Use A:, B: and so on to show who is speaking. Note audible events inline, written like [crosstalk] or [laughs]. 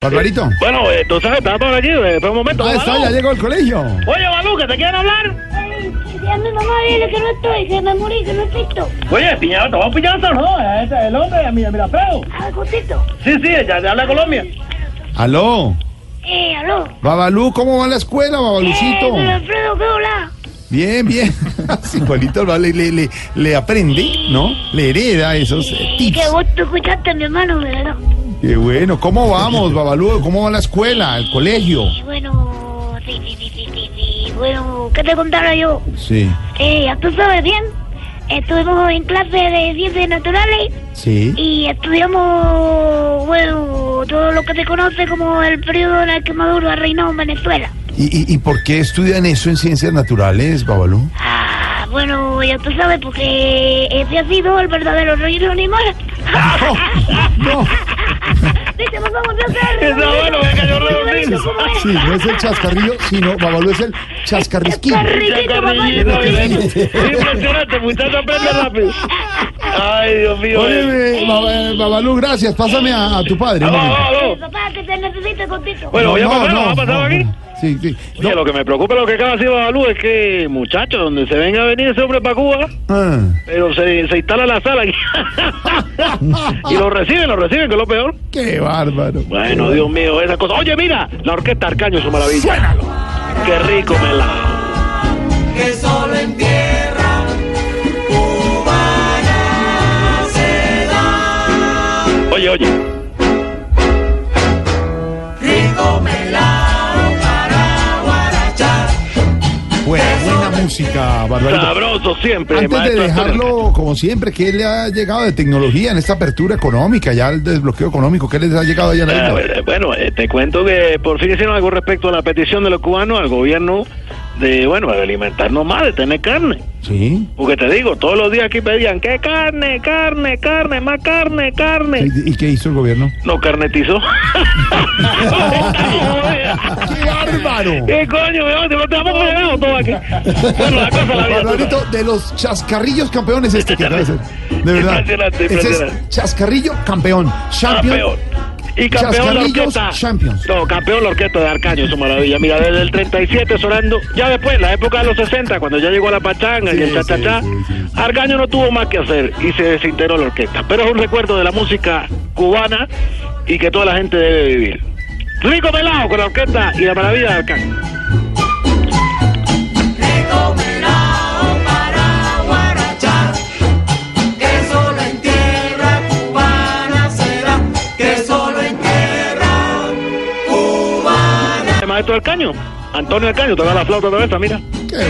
A: Barbarito.
B: Bueno, eh, tú sabes, estaba por allí, eh, espera un momento.
A: Ah, está,
B: Balú.
A: ya llegó al colegio.
B: Oye, Balú, ¿que te quieren hablar?
C: Ay, que ya mi mamá viene, que no estoy, que me morí, que no existo.
B: Oye, piñado, ¿te vas a piñazo? No, es este, el hombre, mira, mira, feo.
C: Ah, Josito.
B: Sí, sí, ya te habla de Colombia.
A: Aló.
C: Eh, aló.
A: Babalú, ¿cómo va la escuela, Babalucito?
C: Eh, don Alfredo, ¿qué hola?
A: Bien, bien. [laughs] Sí, Igualito ¿no? le, le, le, le aprende, ¿no? Le hereda esos eh,
C: Eh,
A: tips.
C: qué gusto escucharte, mi hermano, de verdad.
A: Qué bueno. ¿Cómo vamos, Babalú? ¿Cómo va la escuela, el colegio?
C: Y bueno, sí, sí, sí, sí, sí, sí. Bueno, ¿qué te contara yo?
A: Sí.
C: Eh, ya tú sabes bien. Estuvimos en clase de ciencias naturales
A: Sí.
C: y estudiamos, bueno, todo lo que se conoce como el periodo en el que Maduro ha reinado en Venezuela.
A: ¿Y, y, y por qué estudian eso en ciencias naturales, Babalú?
C: Ah, bueno, ya tú sabes, porque ese ha sido el verdadero rey Leonimar.
A: No.
C: Dice, pues vamos a hacer.
B: Está Ah, bueno, venga, yo redondino.
A: Sí, no es el chascarrillo, sino Babalú es el chascarrisquillo.
C: Riquito, papá.
B: Corrillito, mira. Impresionante, muchacho, aprende rápido. Ay, Dios mío. eh.
A: Oye, Baba- Babalú, gracias. Pásame a, a tu padre. un
B: Aló,
A: momento.
B: aló, aló.
C: Eh, Papá, que te necesito contigo.
B: Bueno, oye, papá, ¿no ha pasado aquí?
A: Sí, sí. No.
B: Oye, lo que me preocupa lo que acaba de decir Balú es que, muchacho, donde se venga a venir ese hombre para Cuba,
A: Ah,
B: pero se, se instala la sala aquí. [laughs] y lo reciben, lo reciben, que es lo peor.
A: qué bárbaro.
B: Bueno, Dios mío, esa cosa. Oye, mira, la orquesta Arcaño es una maravilla. Qué rico me la. Que solo en tierra cubana se da. Oye, oye.
A: Buena, buena música, Barbarito.
B: Sabroso siempre,
A: Antes de
B: eh, maestro Antonio.
A: dejarlo, como siempre, ¿qué le ha llegado de tecnología en esta apertura económica, ya el desbloqueo económico? ¿Qué les ha llegado allá en la
B: Ah,
A: isla?
B: bueno, Bueno, eh, te cuento que por fin hicieron algo respecto a la petición de los cubanos al gobierno de, bueno, de alimentarnos más, de tener carne.
A: Sí.
B: Porque te digo, todos los días aquí pedían, ¿qué carne, carne, carne, más carne, carne?
A: ¿Y y qué hizo el gobierno?
B: No carnetizó.
A: [laughs] ¡Qué bárbaro!
B: [laughs] ¿Qué coño, weón? Te estamos pegando todo aquí. Bueno, la cosa la vida.
A: Barbarito, de los chascarrillos campeones este que acaba de ser. De verdad.
B: Impresionante,
A: Ese es
B: impresionante.
A: chascarrillo campeón. Champion.
B: Campeón. Ah, Y campeón la
A: Chascarrillos
B: orquesta.
A: Champions.
B: No, campeón la orquesta de Arcaño, su maravilla. Mira, desde el 37 sonando. Ya después, en la época de los 60, cuando ya llegó la pachanga
A: Sí,
B: y el chachachá,
A: sí, sí, sí, sí.
B: Arcaño no tuvo más que hacer y se desintegró la orquesta. Pero es un recuerdo de la música cubana y que toda la gente debe vivir. Rico Pelado con la orquesta y la maravilla de Arcaño. El maestro Arcaño, Antonio Arcaño, toca la flauta otra vez, mira.
A: Qué